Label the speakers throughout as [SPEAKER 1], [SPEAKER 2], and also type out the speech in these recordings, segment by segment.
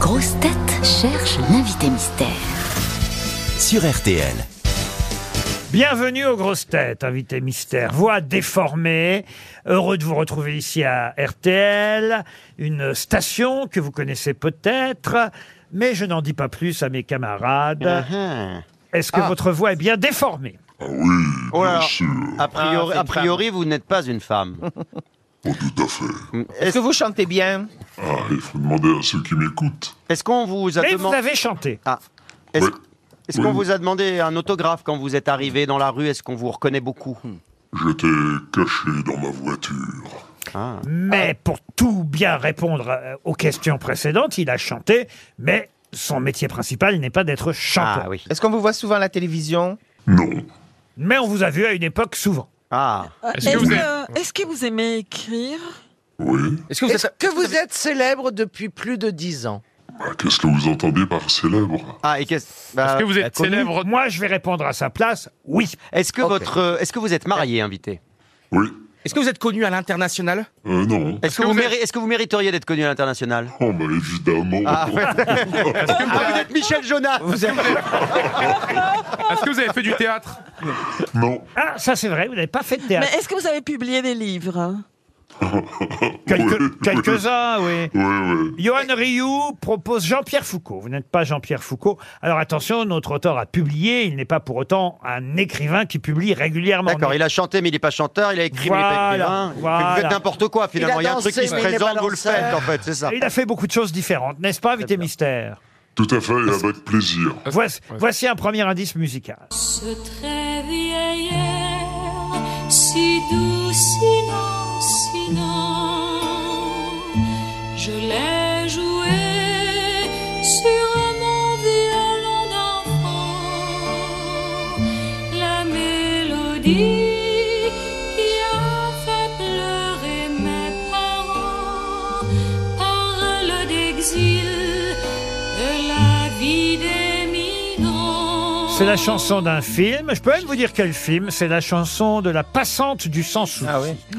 [SPEAKER 1] grosses têtes cherchent l'invité mystère.
[SPEAKER 2] sur RTL.
[SPEAKER 3] Bienvenue aux grosses têtes, invité mystère. Voix déformée, heureux de vous retrouver ici à RTL, une station que vous connaissez peut-être, mais je n'en dis pas plus à mes camarades.
[SPEAKER 4] Hmm. Uh-huh.
[SPEAKER 3] Est-ce
[SPEAKER 4] Ah.
[SPEAKER 3] que votre voix est bien déformée
[SPEAKER 5] Ah
[SPEAKER 4] Oh là là.
[SPEAKER 6] Ah.
[SPEAKER 7] Ah,
[SPEAKER 4] A priori, a priori vous n'êtes pas une femme.
[SPEAKER 5] Oh, Tout à fait.
[SPEAKER 4] Est-ce
[SPEAKER 8] Est-ce que vous chantez bien
[SPEAKER 5] Ah, il faut demander à ceux qui m'écoutent.
[SPEAKER 4] est-ce qu'on vous a
[SPEAKER 3] Mais vous
[SPEAKER 4] demandé
[SPEAKER 3] avez chanté.
[SPEAKER 4] Ah. Est-ce
[SPEAKER 5] Oui.
[SPEAKER 4] est-ce qu'on
[SPEAKER 5] Oui.
[SPEAKER 4] vous a demandé un autographe quand vous êtes arrivé dans la rue Est-ce qu'on vous reconnaît beaucoup
[SPEAKER 5] J'étais caché dans ma voiture.
[SPEAKER 3] Mais pour tout bien répondre euh, aux questions précédentes, il a chanté, mais son métier principal n'est pas d'être chanteur.
[SPEAKER 4] Ah oui.
[SPEAKER 8] Est-ce qu'on vous voit souvent à la télévision
[SPEAKER 5] Non.
[SPEAKER 3] Mais on vous a vu à une époque souvent.
[SPEAKER 4] Ah.
[SPEAKER 9] Est-ce que, euh, est-ce que vous aimez écrire
[SPEAKER 5] Oui.
[SPEAKER 6] Est-ce que vous êtes, célèbre depuis plus de 10 ans
[SPEAKER 5] Bah, Qu'est-ce que vous entendez par célèbre
[SPEAKER 4] Ah, et qu'est-ce bah,
[SPEAKER 7] Est-ce que vous êtes
[SPEAKER 4] connu
[SPEAKER 7] célèbre
[SPEAKER 3] Moi, je vais répondre à sa place, oui.
[SPEAKER 4] Est-ce que
[SPEAKER 8] Ok.
[SPEAKER 4] votre euh, est-ce que vous êtes marié invité
[SPEAKER 5] Oui.
[SPEAKER 6] Est-ce que vous êtes connu à l'international
[SPEAKER 5] Euh, non.
[SPEAKER 4] Est-ce que, vous méri- est-ce que vous mériteriez d'être connu à l'international
[SPEAKER 5] Oh, bah évidemment.
[SPEAKER 4] Ah, vous êtes Michel Jonas.
[SPEAKER 7] Est-ce que vous avez fait du théâtre
[SPEAKER 5] Non.
[SPEAKER 3] Ah, ça c'est vrai, vous n'avez pas fait de
[SPEAKER 9] Mais
[SPEAKER 3] théâtre.
[SPEAKER 9] est-ce que vous avez publié des livres
[SPEAKER 3] Quelque-
[SPEAKER 5] Oui,
[SPEAKER 3] Quelques-uns, oui.
[SPEAKER 5] Oui, oui.
[SPEAKER 3] Johan Rioux propose Jean-Pierre Foucault. Vous n'êtes pas Jean-Pierre Foucault. Alors attention, notre auteur a publié, il n'est pas pour autant un écrivain qui publie régulièrement.
[SPEAKER 4] D'accord,
[SPEAKER 3] Mais-
[SPEAKER 4] il a chanté mais il n'est pas chanteur, il a écrit
[SPEAKER 3] Voilà,
[SPEAKER 4] mais il n'est pas écrivain. Vous
[SPEAKER 3] voilà.
[SPEAKER 4] faites n'importe quoi finalement, il, y a un
[SPEAKER 6] dansé,
[SPEAKER 4] truc qui se
[SPEAKER 6] mais il n'est pas
[SPEAKER 4] présente, vous le
[SPEAKER 6] danseur.
[SPEAKER 4] faites en fait, c'est ça.
[SPEAKER 3] il a fait beaucoup de choses différentes, n'est-ce pas, Vité
[SPEAKER 4] bien.
[SPEAKER 3] Mystère
[SPEAKER 5] Tout à fait, et avec plaisir.
[SPEAKER 3] voici, voici un premier indice musical.
[SPEAKER 10] Ce très vieil air, si doux, si lent, si lent, je l'ai joué sur mon violon d'enfant. La mélodie qui a fait pleurer mes parents parle d'exil, de la vie des migrants.
[SPEAKER 3] C'est la chanson d'un film. Je peux même vous dire quel film. C'est la chanson de la passante du Sansou.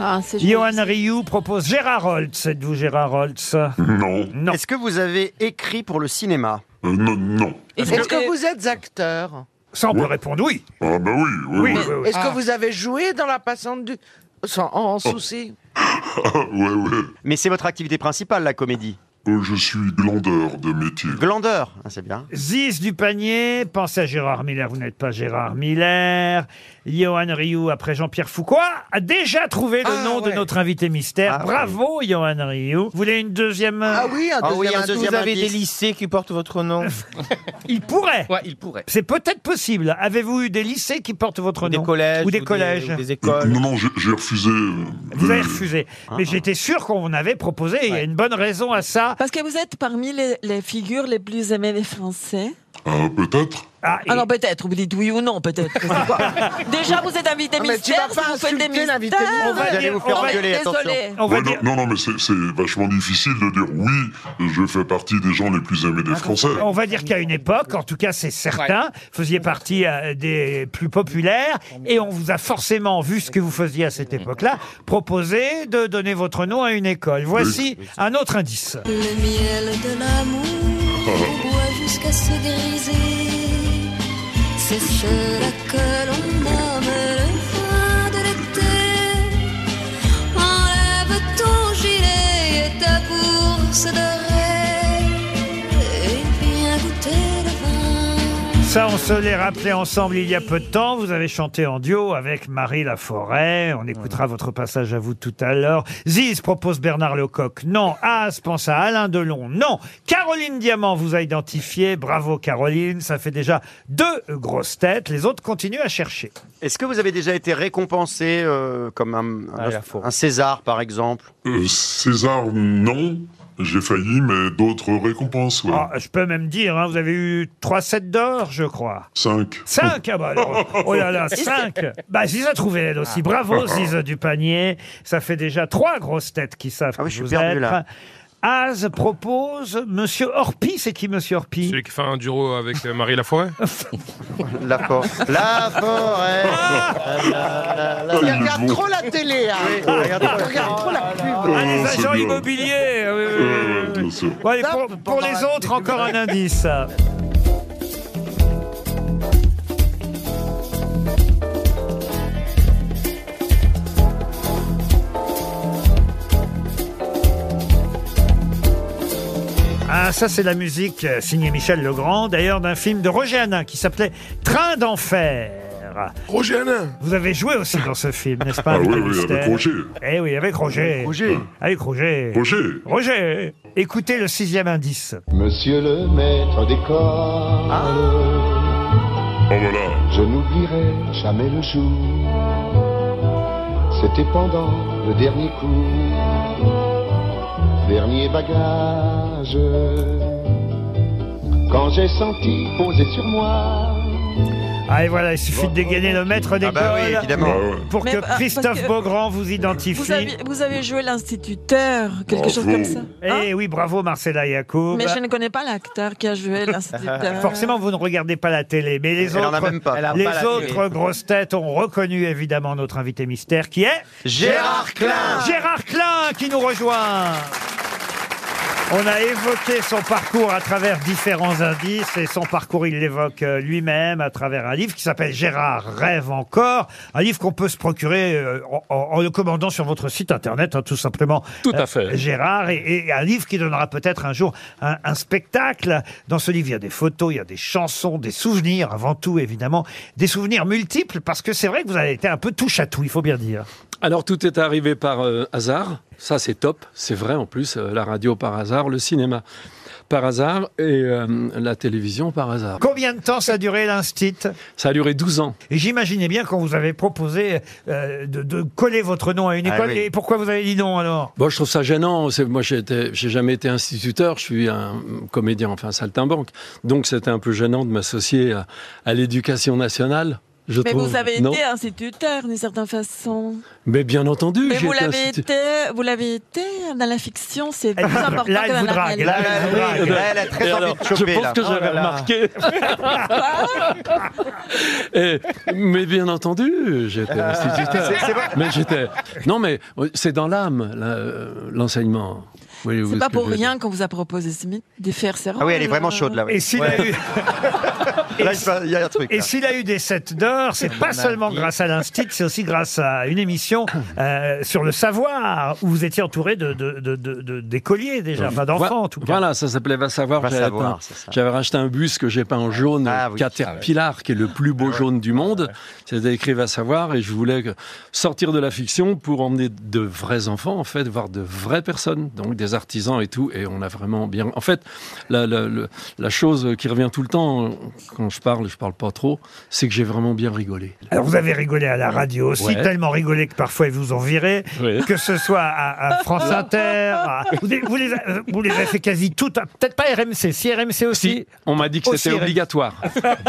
[SPEAKER 9] Ah, c'est
[SPEAKER 3] Johan Rioux propose Gérard Holtz. Êtes-vous Gérard Holtz
[SPEAKER 5] Non.
[SPEAKER 3] Non.
[SPEAKER 4] Est-ce que vous avez écrit pour le cinéma
[SPEAKER 5] Euh, non, non.
[SPEAKER 6] Est-ce que vous êtes acteur
[SPEAKER 3] Ça, on peut répondre oui.
[SPEAKER 5] Ah, bah oui, oui,
[SPEAKER 3] Oui,
[SPEAKER 5] oui.
[SPEAKER 3] oui, oui.
[SPEAKER 6] Est-ce
[SPEAKER 4] Ah.
[SPEAKER 6] que vous avez joué dans la passante du... Sans, en,
[SPEAKER 4] Oh.
[SPEAKER 6] en souci
[SPEAKER 5] Ah, ouais, ouais.
[SPEAKER 4] Mais c'est votre activité principale, la comédie.
[SPEAKER 5] Euh, je suis glandeur de métier.
[SPEAKER 4] Glandeur, Ah, c'est bien.
[SPEAKER 3] Ziz du panier, pensez à Gérard Miller, vous n'êtes pas Gérard Miller. Johan Rioux, après Jean-Pierre Foucault, a déjà trouvé le
[SPEAKER 6] Ah,
[SPEAKER 3] nom de
[SPEAKER 6] ouais.
[SPEAKER 3] notre invité mystère.
[SPEAKER 4] Ah,
[SPEAKER 3] Bravo, Johan Rioux. Vous voulez une deuxième euh,
[SPEAKER 6] Ah oui, un
[SPEAKER 4] Ah
[SPEAKER 6] deuxième,
[SPEAKER 4] oui, un
[SPEAKER 6] indice.
[SPEAKER 8] Est-ce que
[SPEAKER 4] deuxième
[SPEAKER 8] vous avez
[SPEAKER 4] indice.
[SPEAKER 8] des lycées qui portent votre nom
[SPEAKER 3] Il pourrait.
[SPEAKER 6] Ouais, il pourrait.
[SPEAKER 3] C'est peut-être possible. Avez-vous eu des lycées qui portent votre
[SPEAKER 8] Ou des
[SPEAKER 3] nom
[SPEAKER 8] collèges
[SPEAKER 3] Ou des collèges.
[SPEAKER 8] Ou des
[SPEAKER 5] Euh,
[SPEAKER 8] écoles
[SPEAKER 5] non, non, j'ai j'ai refusé. euh,
[SPEAKER 3] Vous avez
[SPEAKER 5] de-
[SPEAKER 3] refusé.
[SPEAKER 6] Ah,
[SPEAKER 3] Mais j'étais sûr qu'on en avait proposé. Il y a une bonne raison à ça.
[SPEAKER 9] Parce que vous êtes parmi les, les figures les plus aimées des Français.
[SPEAKER 5] Ah, peut-être
[SPEAKER 3] Ah, et-
[SPEAKER 9] Alors peut-être, vous dites oui ou non, peut-être. je sais pas. Déjà, vous êtes invité
[SPEAKER 6] Non, Ah, mais tu vas
[SPEAKER 9] mystère,
[SPEAKER 6] pas
[SPEAKER 9] si vous faites des
[SPEAKER 6] insulter
[SPEAKER 9] mystères.
[SPEAKER 6] l'invité mystère.
[SPEAKER 3] on va
[SPEAKER 4] Vous allez
[SPEAKER 3] dire-
[SPEAKER 4] vous
[SPEAKER 3] on
[SPEAKER 4] faire
[SPEAKER 3] va-
[SPEAKER 4] gueuler, attention.
[SPEAKER 9] Désolé.
[SPEAKER 3] on va
[SPEAKER 5] Ouais, non-
[SPEAKER 3] dire-
[SPEAKER 5] non, non, mais c'est c'est vachement difficile de dire oui, je fais partie des gens les plus aimés des Français.
[SPEAKER 3] On va dire qu'à une époque, en tout cas c'est certain, faisiez partie euh, des plus populaires et on vous a forcément, vu ce que vous faisiez à cette époque-là, proposé de donner votre nom à une école. Voici un autre indice.
[SPEAKER 10] Le miel de l'amour boit jusqu'à se griser. C'est cela que l'on nomme le vin de l'été. Enlève ton gilet et ta bourse dorée. Et viens goûter le vin.
[SPEAKER 3] Ça, on se l'est rappelé ensemble il y a peu de temps. Vous avez chanté en duo avec Marie Laforêt. On écoutera votre passage à vous tout à l'heure. Ziz propose Bernard Lecoq. Non. As pense à Alain Delon. Non. Caroline Diamant vous a identifié. Bravo Caroline. Ça fait déjà deux grosses têtes. Les autres continuent à chercher.
[SPEAKER 4] Est-ce que vous avez déjà été récompensé euh, comme un, un-
[SPEAKER 8] Ah, la faute.
[SPEAKER 4] un César, par exemple
[SPEAKER 5] Euh, César, non. J'ai failli, mais d'autres récompenses, ouais.
[SPEAKER 3] Ah, je peux même dire, hein, vous avez eu trois sets d'or, je crois.
[SPEAKER 5] Cinq.
[SPEAKER 3] Cinq ah bah alors, Oh là là, cinq Bah Ziz a trouvé elle aussi. Bravo Ziz du panier. Ça fait déjà trois grosses têtes qui savent
[SPEAKER 4] Ah oui,
[SPEAKER 3] que
[SPEAKER 4] je suis
[SPEAKER 3] vous
[SPEAKER 4] perdu,
[SPEAKER 3] êtes.
[SPEAKER 4] là.
[SPEAKER 3] Az propose Monsieur Orpi. C'est qui Monsieur Orpi
[SPEAKER 7] Celui qui fait un duo avec euh, Marie Laforêt
[SPEAKER 4] La forêt. la forêt
[SPEAKER 5] Ah, il
[SPEAKER 6] Il
[SPEAKER 5] est
[SPEAKER 6] regarde
[SPEAKER 5] bon.
[SPEAKER 6] trop la télé, hein.
[SPEAKER 4] Oui, regarde,
[SPEAKER 6] Il regarde trop la pub.
[SPEAKER 3] Ah, les
[SPEAKER 5] Oh, c'est
[SPEAKER 3] agents
[SPEAKER 5] bien.
[SPEAKER 3] immobiliers oui, oui, oui,
[SPEAKER 5] Euh,
[SPEAKER 3] oui, oui.
[SPEAKER 5] bien sûr.
[SPEAKER 3] Bon, allez,
[SPEAKER 6] Stop,
[SPEAKER 3] pour, pour les
[SPEAKER 6] pendant la-
[SPEAKER 3] autres, encore un indice. Ah, ça, c'est la musique euh, signée Michel Legrand, d'ailleurs d'un film de Roger Hanin qui s'appelait Train d'enfer.
[SPEAKER 5] Roger Hanin
[SPEAKER 3] Vous avez joué aussi dans ce film, n'est-ce pas
[SPEAKER 5] Ah oui,
[SPEAKER 3] Michel
[SPEAKER 5] oui, avec
[SPEAKER 3] Mystère
[SPEAKER 5] Roger.
[SPEAKER 3] Eh oui, avec Roger.
[SPEAKER 4] Roger.
[SPEAKER 3] Avec Roger.
[SPEAKER 5] Roger
[SPEAKER 3] Roger, écoutez le sixième indice.
[SPEAKER 11] Monsieur le maître d'école,
[SPEAKER 5] Oh voilà.
[SPEAKER 11] je n'oublierai jamais le jour. C'était pendant le dernier cours, dernier bagage. Quand j'ai senti poser sur moi,
[SPEAKER 3] Ah et voilà, il suffit de dégainer le maître
[SPEAKER 4] Ah
[SPEAKER 3] d'école
[SPEAKER 4] bah oui, évidemment.
[SPEAKER 5] Ah ouais.
[SPEAKER 3] pour
[SPEAKER 9] Mais,
[SPEAKER 3] que
[SPEAKER 9] euh, parce
[SPEAKER 3] Christophe
[SPEAKER 9] que-
[SPEAKER 3] Beaugrand vous
[SPEAKER 9] Vous
[SPEAKER 3] identifie.
[SPEAKER 9] avez, vous avez joué l'instituteur, quelque chose
[SPEAKER 5] Bravo.
[SPEAKER 9] comme ça. Hein
[SPEAKER 3] Eh oui, bravo Marcella Yacoub.
[SPEAKER 9] Mais je ne connais pas l'acteur qui a joué l'instituteur.
[SPEAKER 3] Forcément, vous ne regardez pas la télé, mais les
[SPEAKER 4] Elle en a
[SPEAKER 3] autres,
[SPEAKER 4] même pas.
[SPEAKER 8] Elle a pas
[SPEAKER 3] les
[SPEAKER 8] la télé.
[SPEAKER 3] autres grosses têtes ont reconnu évidemment notre invité mystère qui est
[SPEAKER 4] Gérard Klein
[SPEAKER 3] Gérard Klein qui nous rejoint. On a évoqué son parcours à travers différents indices et son parcours, il l'évoque euh, lui-même à travers un livre qui s'appelle Gérard rêve encore, un livre qu'on peut se procurer euh, en, en- en le commandant sur votre site internet, hein, tout simplement.
[SPEAKER 7] Tout à fait.
[SPEAKER 3] Euh, Gérard, et, et un livre qui donnera peut-être un jour un, un spectacle. Dans ce livre, il y a des photos, il y a des chansons, des souvenirs, avant tout évidemment, des souvenirs multiples, parce que c'est vrai que vous avez été un peu touche à tout, il faut bien dire.
[SPEAKER 11] Alors tout est arrivé par euh, hasard, ça c'est top, c'est vrai en plus, euh, la radio par hasard, le cinéma par hasard et euh, la télévision par hasard.
[SPEAKER 3] Combien de temps ça a duré l'instit
[SPEAKER 11] Ça a duré 12 ans.
[SPEAKER 3] Et j'imaginais bien quand vous avez proposé euh, de, de coller votre nom à une
[SPEAKER 4] Ah
[SPEAKER 3] école.
[SPEAKER 4] oui.
[SPEAKER 3] Et pourquoi vous avez dit non alors
[SPEAKER 11] Bon, je trouve ça gênant. C'est- Moi, j'ai été- j'ai jamais été instituteur. Je suis un comédien, enfin saltimbanque. Donc, c'était un peu gênant de m'associer à, à l'éducation nationale. Je
[SPEAKER 9] Mais
[SPEAKER 11] trouve.
[SPEAKER 9] vous avez
[SPEAKER 11] Non.
[SPEAKER 9] été instituteur d'une certaine façon.
[SPEAKER 11] Mais bien entendu.
[SPEAKER 9] Mais
[SPEAKER 11] j'ai
[SPEAKER 9] vous
[SPEAKER 11] été
[SPEAKER 9] l'avez
[SPEAKER 11] institu-
[SPEAKER 9] été, vous l'avez été hein, dans la fiction, c'est plus important
[SPEAKER 3] Là,
[SPEAKER 9] que
[SPEAKER 3] elle
[SPEAKER 9] dans
[SPEAKER 3] vous
[SPEAKER 9] la
[SPEAKER 3] drague. Là,
[SPEAKER 9] réalité.
[SPEAKER 3] elle vous
[SPEAKER 4] Là,
[SPEAKER 3] drague.
[SPEAKER 4] elle a très
[SPEAKER 11] Et
[SPEAKER 4] envie
[SPEAKER 11] alors,
[SPEAKER 4] de te
[SPEAKER 11] je
[SPEAKER 4] choper,
[SPEAKER 11] pense
[SPEAKER 4] là.
[SPEAKER 11] que
[SPEAKER 4] Oh
[SPEAKER 11] j'avais
[SPEAKER 4] là là.
[SPEAKER 11] remarqué. Et- mais bien entendu, j'étais instituteur. Mais j'étais. Non, mais euh, c'est dans l'âme la- euh, l'enseignement. Oui,
[SPEAKER 9] C'est pas pour rien qu'on vous a proposé Smith de faire ses
[SPEAKER 4] Ah oui, elle est
[SPEAKER 9] rôles,
[SPEAKER 4] vraiment
[SPEAKER 9] euh.
[SPEAKER 4] chaude là. oui.
[SPEAKER 3] Et s'il a eu. et
[SPEAKER 4] Là, il
[SPEAKER 3] s-
[SPEAKER 4] se passe- il y a un truc.
[SPEAKER 3] Et
[SPEAKER 4] là.
[SPEAKER 3] s'il a eu des sets d'or, c'est pas seulement grâce à l'instit, c'est aussi grâce à une émission euh, sur le savoir où vous étiez entouré de de- de- de- de- d'écoliers déjà, enfin d'enfants en tout cas.
[SPEAKER 11] Voilà, ça s'appelait Va savoir.
[SPEAKER 4] Va
[SPEAKER 11] J'avais
[SPEAKER 4] savoir,
[SPEAKER 11] peint-
[SPEAKER 4] c'est ça.
[SPEAKER 11] J'avais racheté un bus que j'ai peint en jaune,
[SPEAKER 4] Ah
[SPEAKER 11] euh,
[SPEAKER 4] oui.
[SPEAKER 11] Caterpillar, qui est le plus beau jaune du monde. C'était écrit Va savoir et je voulais que- sortir de la fiction pour emmener de vrais enfants, en fait, voir de vraies personnes, donc des artisans et tout. Et on a vraiment bien. En fait, la, la- la- la chose qui revient tout le temps euh, quand je parle, je parle pas trop, c'est que j'ai vraiment bien rigolé.
[SPEAKER 3] Alors vous avez rigolé à la radio aussi,
[SPEAKER 11] Ouais.
[SPEAKER 3] tellement rigolé que parfois ils vous ont viré,
[SPEAKER 11] Oui.
[SPEAKER 3] que ce soit à, à France Inter, à- vous, les, vous les a- vous les avez fait quasi toutes, peut-être pas RMC, si RMC aussi.
[SPEAKER 11] Si, on m'a dit que
[SPEAKER 3] Aussi
[SPEAKER 11] c'était
[SPEAKER 3] ré-
[SPEAKER 11] obligatoire.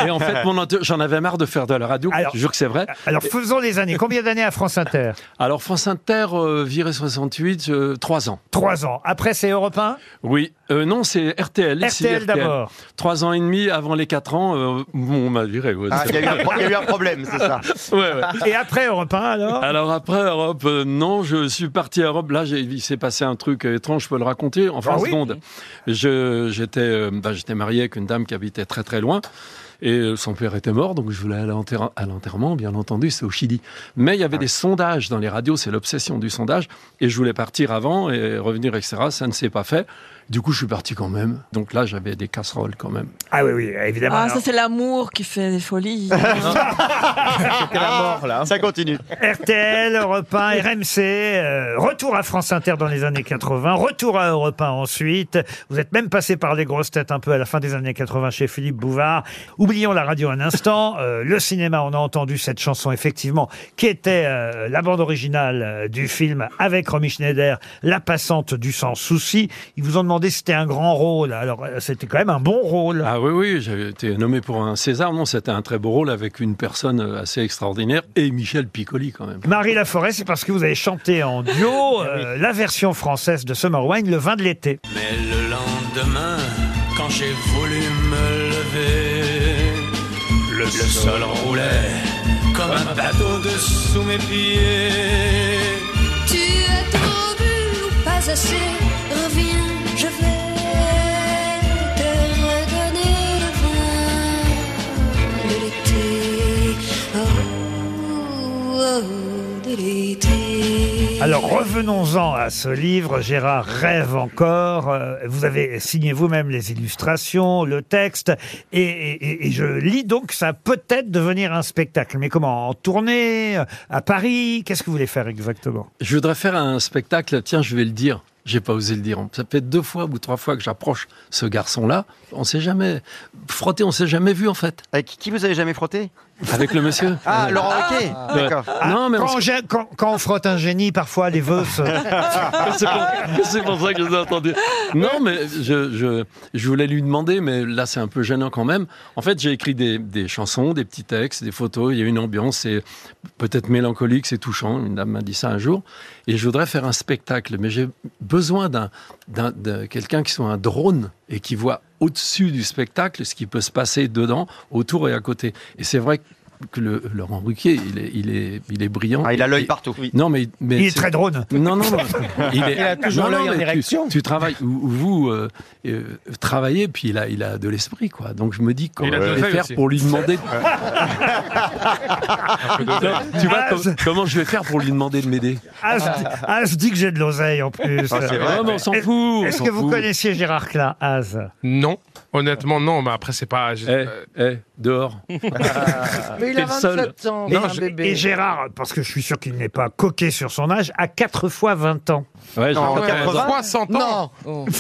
[SPEAKER 11] Et en fait, mon
[SPEAKER 8] Ah.
[SPEAKER 11] inter- j'en avais marre de faire de la radio.
[SPEAKER 3] Alors-
[SPEAKER 11] je jure que c'est vrai.
[SPEAKER 3] Alors faisons les années. Combien d'années à France Inter
[SPEAKER 11] Alors France Inter, euh, viré 68, euh, 3 ans.
[SPEAKER 3] Trois ans. Après c'est Europe 1
[SPEAKER 11] Oui, Euh, non, c'est RTL. ici,
[SPEAKER 3] RTL d'abord.
[SPEAKER 11] 3 ans et demi avant les 4 ans, euh, bon, on m'a viré. ouais.
[SPEAKER 4] Ah, Il y, a eu un pro- il y a eu un problème, c'est ça.
[SPEAKER 11] Ouais, ouais.
[SPEAKER 3] Et après Europe 1 alors
[SPEAKER 11] Alors après Europe, euh, non, je suis parti à Europe. Là, j'ai- il s'est passé un truc euh, étrange, je peux le raconter en 20
[SPEAKER 3] Ah oui.
[SPEAKER 11] secondes. Je- J'étais euh, bah, j'étais marié avec une dame qui habitait très très loin. Et euh, son père était mort, donc je voulais aller à l'enterre- à l'enterrement, bien entendu, c'est au Chili. Mais il y avait des sondages dans les radios, c'est l'obsession du sondage. Et je voulais partir avant et revenir, etc. Ça ne s'est pas fait. Du coup, je suis parti quand même. Donc là, j'avais des casseroles quand même.
[SPEAKER 3] Ah oui, oui, évidemment.
[SPEAKER 9] Ah,
[SPEAKER 3] Alors,
[SPEAKER 9] ça c'est l'amour qui fait des folies.
[SPEAKER 8] C'était la mort, là.
[SPEAKER 4] Ça continue.
[SPEAKER 3] RTL, Europe 1, RMC, euh, retour à France Inter dans les années 80, retour à Europe 1 ensuite. Vous êtes même passé par les grosses têtes un peu à la fin des années 80 chez Philippe Bouvard. Oublions la radio un instant. euh, le cinéma, on a entendu cette chanson effectivement, qui était euh, la bande originale euh, du film avec Romy Schneider, La passante du sans souci. Ils vous ont demandé si c'était un grand rôle. Alors euh, c'était quand même un bon rôle.
[SPEAKER 11] Ah oui, oui, j'avais été nommé pour un César. Non, c'était un très beau rôle avec une personne euh, assez extraordinaire et Michel Piccoli quand même.
[SPEAKER 3] Marie Laforêt, c'est parce que vous avez chanté en duo euh, la version française de Summer Wine, le vin de l'été.
[SPEAKER 2] Mais le lendemain, quand j'ai voulu me lever, le, sol roulait comme un bateau de sous mes pieds.
[SPEAKER 10] Tu as trop bu ou pas assez Reviens, je vais Oh,
[SPEAKER 3] Revenons-en à ce livre, Gérard rêve encore. Euh, Vous avez signé vous-même les illustrations, le texte, et, et- et je lis donc que ça peut être devenir un spectacle. Mais comment En tournée euh, À Paris Qu'est-ce que vous voulez faire exactement
[SPEAKER 11] Je voudrais faire un spectacle, tiens, je vais le dire. J'ai pas osé le dire. Ça fait deux fois ou trois fois que j'approche ce garçon-là. On s'est jamais frotté, on s'est jamais vu en fait. Avec qui vous avez jamais frotté Avec le monsieur.
[SPEAKER 4] Ah, Laurent Ruquier,
[SPEAKER 11] Riquet
[SPEAKER 4] d'accord.
[SPEAKER 11] Non, mais on
[SPEAKER 3] quand,
[SPEAKER 11] se-
[SPEAKER 3] j'ai- quand- quand on frotte un génie, parfois les vœux se...
[SPEAKER 11] c'est pour, c'est pour ça que je l'ai entendu. Non, mais je, je, je voulais lui demander, mais là, c'est un peu gênant quand même. En fait, j'ai écrit des, des chansons, des petits textes, des photos. Il y a une ambiance, c'est peut-être mélancolique, c'est touchant. Une dame m'a dit ça un jour. Et je voudrais faire un spectacle, mais j'ai besoin d'un, d'un, de quelqu'un qui soit un drone et qui voit au-dessus du spectacle ce qui peut se passer dedans, autour et à côté. Et c'est vrai que le, Laurent Ruquier, il est, il est, il est brillant.
[SPEAKER 4] Ah, il a l'œil
[SPEAKER 11] Et-
[SPEAKER 4] partout.
[SPEAKER 11] Non, mais, mais
[SPEAKER 3] Il est
[SPEAKER 11] c'est-
[SPEAKER 3] très drone.
[SPEAKER 11] Non, non, non.
[SPEAKER 8] Il a toujours l'œil en
[SPEAKER 11] mais tu-
[SPEAKER 8] érection.
[SPEAKER 11] Tu, travailles, ou- ou vous euh, euh, travaillez, puis il a, il a de l'esprit, quoi. Donc je me dis comment
[SPEAKER 7] Il a de
[SPEAKER 11] je vais
[SPEAKER 7] l'œil
[SPEAKER 11] faire
[SPEAKER 7] aussi.
[SPEAKER 11] pour lui demander. Non, tu vois
[SPEAKER 3] Ah,
[SPEAKER 11] com-
[SPEAKER 3] c'est-
[SPEAKER 11] comment je vais faire pour lui demander de m'aider
[SPEAKER 3] Ah, je, ah, je dis que j'ai de l'oseille en plus.
[SPEAKER 11] Ah, mais on s'en
[SPEAKER 3] Est-
[SPEAKER 11] fout. on
[SPEAKER 3] Est-ce
[SPEAKER 11] s'en
[SPEAKER 3] que vous
[SPEAKER 11] fout.
[SPEAKER 3] connaissiez Gérard Klein, Az
[SPEAKER 7] Non, honnêtement, non, mais après, c'est pas. je-
[SPEAKER 11] Eh,
[SPEAKER 7] euh,
[SPEAKER 11] eh, dehors.
[SPEAKER 6] Mais il a
[SPEAKER 11] T'es le seul.
[SPEAKER 6] 27 ans,
[SPEAKER 11] Non,
[SPEAKER 6] un
[SPEAKER 11] je-
[SPEAKER 6] bébé.
[SPEAKER 3] Et Gérard, parce que je suis sûr qu'il n'est pas coquet sur son âge, a 4 fois 20 ans.
[SPEAKER 11] Ah Ouais, je-
[SPEAKER 4] Non,
[SPEAKER 7] ouais,
[SPEAKER 4] 80.
[SPEAKER 7] 60 ans
[SPEAKER 11] ouais,
[SPEAKER 6] Non,
[SPEAKER 11] ouais,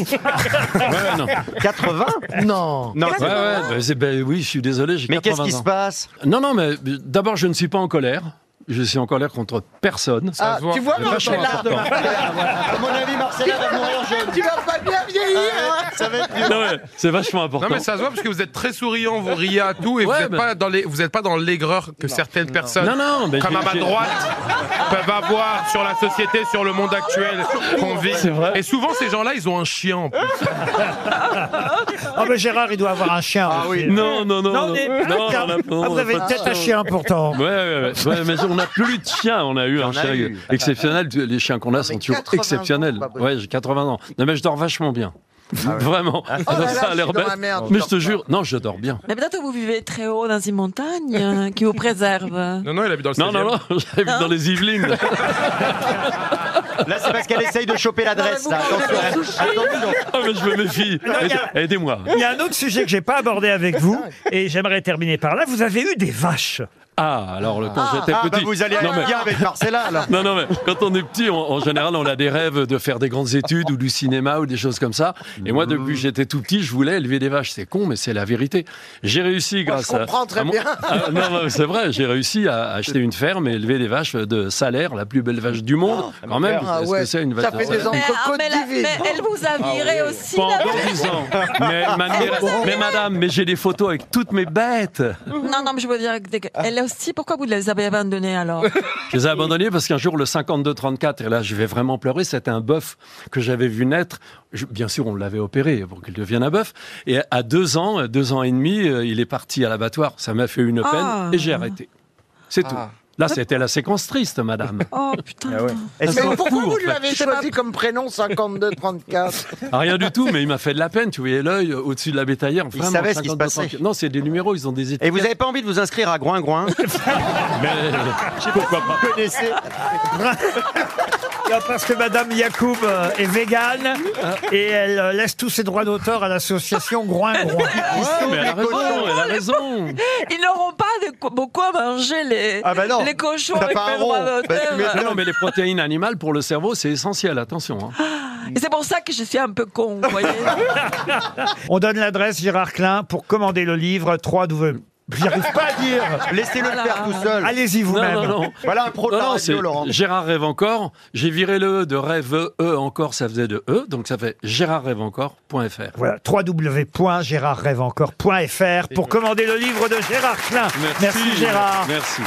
[SPEAKER 11] non.
[SPEAKER 4] 80
[SPEAKER 6] non.
[SPEAKER 4] Non,
[SPEAKER 11] Ouais, ouais, bah, c'est- bah oui, je suis désolé, j'ai
[SPEAKER 4] mais qu'est-ce
[SPEAKER 11] 80
[SPEAKER 4] qui
[SPEAKER 11] ans.
[SPEAKER 4] se passe
[SPEAKER 11] Non, non, mais d'abord, je ne suis pas en colère. Je suis en colère contre personne.
[SPEAKER 4] Ah,
[SPEAKER 7] Ça se voit.
[SPEAKER 6] Ah, tu vois,
[SPEAKER 7] J'ai pas
[SPEAKER 6] Marcella,
[SPEAKER 7] 40 ans.
[SPEAKER 4] À mon avis, Marcella va mourir jeune.
[SPEAKER 6] Tu vas pas bien vieillir hein.
[SPEAKER 4] Ça va être mieux.
[SPEAKER 11] Non, mais c'est vachement important.
[SPEAKER 7] Non mais ça se voit parce que vous êtes très souriant, vous riez à tout et
[SPEAKER 11] Ouais,
[SPEAKER 7] vous n'êtes
[SPEAKER 11] mais-
[SPEAKER 7] pas dans les, vous êtes pas dans l'aigreur que certaines personnes,
[SPEAKER 11] Non, non, mais
[SPEAKER 7] comme
[SPEAKER 11] j'ai-
[SPEAKER 7] à ma
[SPEAKER 11] j'ai-
[SPEAKER 7] droite, peuvent avoir sur la société, sur le monde actuel qu'on vit.
[SPEAKER 11] C'est vrai.
[SPEAKER 7] Et souvent ces gens-là, ils ont un chien. en plus.
[SPEAKER 3] Oh, mais Gérard, il doit avoir un chien. Ah oui.
[SPEAKER 11] Non, non, non.
[SPEAKER 3] Non,
[SPEAKER 11] non,
[SPEAKER 3] mais-
[SPEAKER 11] non,
[SPEAKER 3] Ah,
[SPEAKER 11] on a- non, on
[SPEAKER 3] vous
[SPEAKER 11] a
[SPEAKER 3] avez
[SPEAKER 11] pas de
[SPEAKER 3] peut-être un chien pourtant.
[SPEAKER 11] Ouais, ouais, ouais. Ouais, mais on n'a plus de chien. On a eu un
[SPEAKER 4] en a
[SPEAKER 11] chien
[SPEAKER 4] eu.
[SPEAKER 11] exceptionnel. Les chiens qu'on a sont
[SPEAKER 6] mais
[SPEAKER 11] toujours
[SPEAKER 6] 80 ans,
[SPEAKER 11] exceptionnels.
[SPEAKER 6] pas possible.
[SPEAKER 11] ouais, j'ai 80 ans. Non, mais je dors vachement bien. Vraiment.
[SPEAKER 6] Oh
[SPEAKER 11] Alors,
[SPEAKER 6] là là,
[SPEAKER 11] ça a l'air
[SPEAKER 6] je suis dans
[SPEAKER 11] bête.
[SPEAKER 6] la merde, je
[SPEAKER 11] Mais je
[SPEAKER 6] dors
[SPEAKER 11] te
[SPEAKER 6] pas.
[SPEAKER 11] jure, non, je dors bien.
[SPEAKER 9] Mais peut-être que vous vivez très haut dans une montagne euh, qui vous préserve.
[SPEAKER 7] Non non, il habite dans le
[SPEAKER 11] Non,
[SPEAKER 7] 16e.
[SPEAKER 11] non, non, j'habite
[SPEAKER 9] Non.
[SPEAKER 11] dans les Yvelines.
[SPEAKER 4] Là, c'est parce qu'elle essaye de choper l'adresse.
[SPEAKER 9] Non,
[SPEAKER 4] là.
[SPEAKER 9] mais vous
[SPEAKER 4] Attention, hein.
[SPEAKER 9] voulez me
[SPEAKER 4] attention.
[SPEAKER 11] Ah, mais je me méfie.
[SPEAKER 3] Non, il y
[SPEAKER 11] Aidez-
[SPEAKER 3] a-
[SPEAKER 11] Aidez-moi.
[SPEAKER 3] Il y a un autre sujet que j'ai pas abordé avec vous, et j'aimerais terminer par là. Vous avez eu des vaches.
[SPEAKER 11] Ah, alors, le- quand j'étais
[SPEAKER 4] Ah, bah,
[SPEAKER 11] petit.
[SPEAKER 4] vous allez
[SPEAKER 11] Non, mais-
[SPEAKER 4] être bien avec Marcella, alors.
[SPEAKER 11] Non, non, mais quand on est petit, on- en général, on a des rêves de faire des grandes études ou du cinéma ou des choses comme ça. Et moi, depuis que j'étais tout petit, je voulais élever des vaches. C'est con, mais c'est la vérité. J'ai réussi grâce à.
[SPEAKER 6] comprends très
[SPEAKER 11] à mon-
[SPEAKER 6] bien.
[SPEAKER 11] Ah, non, mais c'est vrai, j'ai réussi à acheter une ferme et élever des vaches de salaire, la plus belle vache du monde. quand même,
[SPEAKER 6] Ah
[SPEAKER 11] est-ce
[SPEAKER 6] ouais,
[SPEAKER 11] que c'est une vache
[SPEAKER 6] ça
[SPEAKER 11] de
[SPEAKER 6] fait
[SPEAKER 11] salaire
[SPEAKER 6] des ans.
[SPEAKER 9] Mais,
[SPEAKER 6] Entre
[SPEAKER 9] ah,
[SPEAKER 6] Côte
[SPEAKER 9] mais la-
[SPEAKER 6] d'Ivoire.
[SPEAKER 9] mais elle vous a
[SPEAKER 7] Ah
[SPEAKER 9] viré aussi. la-
[SPEAKER 11] pendant 10 ans. Mais, manière- mais madame, mais j'ai des photos avec toutes mes bêtes.
[SPEAKER 9] Non, non, mais je veux dire, que des- elle aussi, pourquoi vous les avez abandonnées alors
[SPEAKER 11] Je les ai abandonnés parce qu'un jour, le 52-34, et là, je vais vraiment pleurer, c'était un bœuf que j'avais vu naître. Je- bien sûr, on l'avait opéré pour qu'il devienne un bœuf. Et à deux ans, euh, deux ans et demi, euh, il est parti à l'abattoir. Ça m'a fait une peine
[SPEAKER 9] Ah.
[SPEAKER 11] et j'ai arrêté. C'est tout.
[SPEAKER 4] Ah.
[SPEAKER 11] Là, c'était la séquence triste, madame.
[SPEAKER 9] Oh putain.
[SPEAKER 3] Ah
[SPEAKER 4] Est-ce
[SPEAKER 6] Mais
[SPEAKER 4] qu'on-
[SPEAKER 6] pourquoi vous lui avez
[SPEAKER 9] Je sais
[SPEAKER 6] choisi comme prénom 52-34
[SPEAKER 11] Ah, rien du tout, mais il m'a fait de la peine. Tu voyais l'œil euh, au-dessus de la bétaillère. Vraiment,
[SPEAKER 4] savait ce qui se
[SPEAKER 11] 52,
[SPEAKER 4] passait.
[SPEAKER 11] 34. Non, c'est des numéros, ils ont des étiquettes.
[SPEAKER 4] Et vous n'avez pas envie de vous inscrire à Groin-Groin
[SPEAKER 11] Mais, pourquoi pas
[SPEAKER 4] connaissez
[SPEAKER 3] Non, Parce que Madame Yacoub euh, est végane
[SPEAKER 11] Ah.
[SPEAKER 3] et elle euh, laisse tous ses droits d'auteur à l'association Groin Groin.
[SPEAKER 11] Ah, mais elle a raison, elle a raison.
[SPEAKER 9] Ils n'auront pas de quoi- beaucoup à manger les,
[SPEAKER 4] Ah bah non,
[SPEAKER 9] les cochons
[SPEAKER 4] t'as
[SPEAKER 9] avec
[SPEAKER 4] pas un
[SPEAKER 9] le droit
[SPEAKER 4] rond. Bah, tu
[SPEAKER 9] d'auteur.
[SPEAKER 11] Mais Ah non, mais les protéines animales pour le cerveau, c'est essentiel. Attention. hein.
[SPEAKER 9] Et c'est pour ça que je suis un peu con, vous voyez.
[SPEAKER 3] On donne l'adresse Gérard Klein pour commander le livre 3 W. J'y arrive pas à dire.
[SPEAKER 4] Laissez-le le
[SPEAKER 9] Voilà.
[SPEAKER 4] faire tout seul.
[SPEAKER 3] Allez-y
[SPEAKER 11] Non,
[SPEAKER 3] vous-même.
[SPEAKER 11] non, non.
[SPEAKER 4] Voilà un pro de
[SPEAKER 11] Non,
[SPEAKER 4] la
[SPEAKER 11] non,
[SPEAKER 4] radio,
[SPEAKER 11] c'est
[SPEAKER 4] Laurent.
[SPEAKER 11] Gérard rêve encore. J'ai viré le E de rêve E encore, ça faisait de E, donc ça fait Gérard rêve encore.fr.
[SPEAKER 3] Voilà, www.gérardrêveencore.fr pour commander le livre de Gérard Klein. Merci Gérard.
[SPEAKER 11] Merci.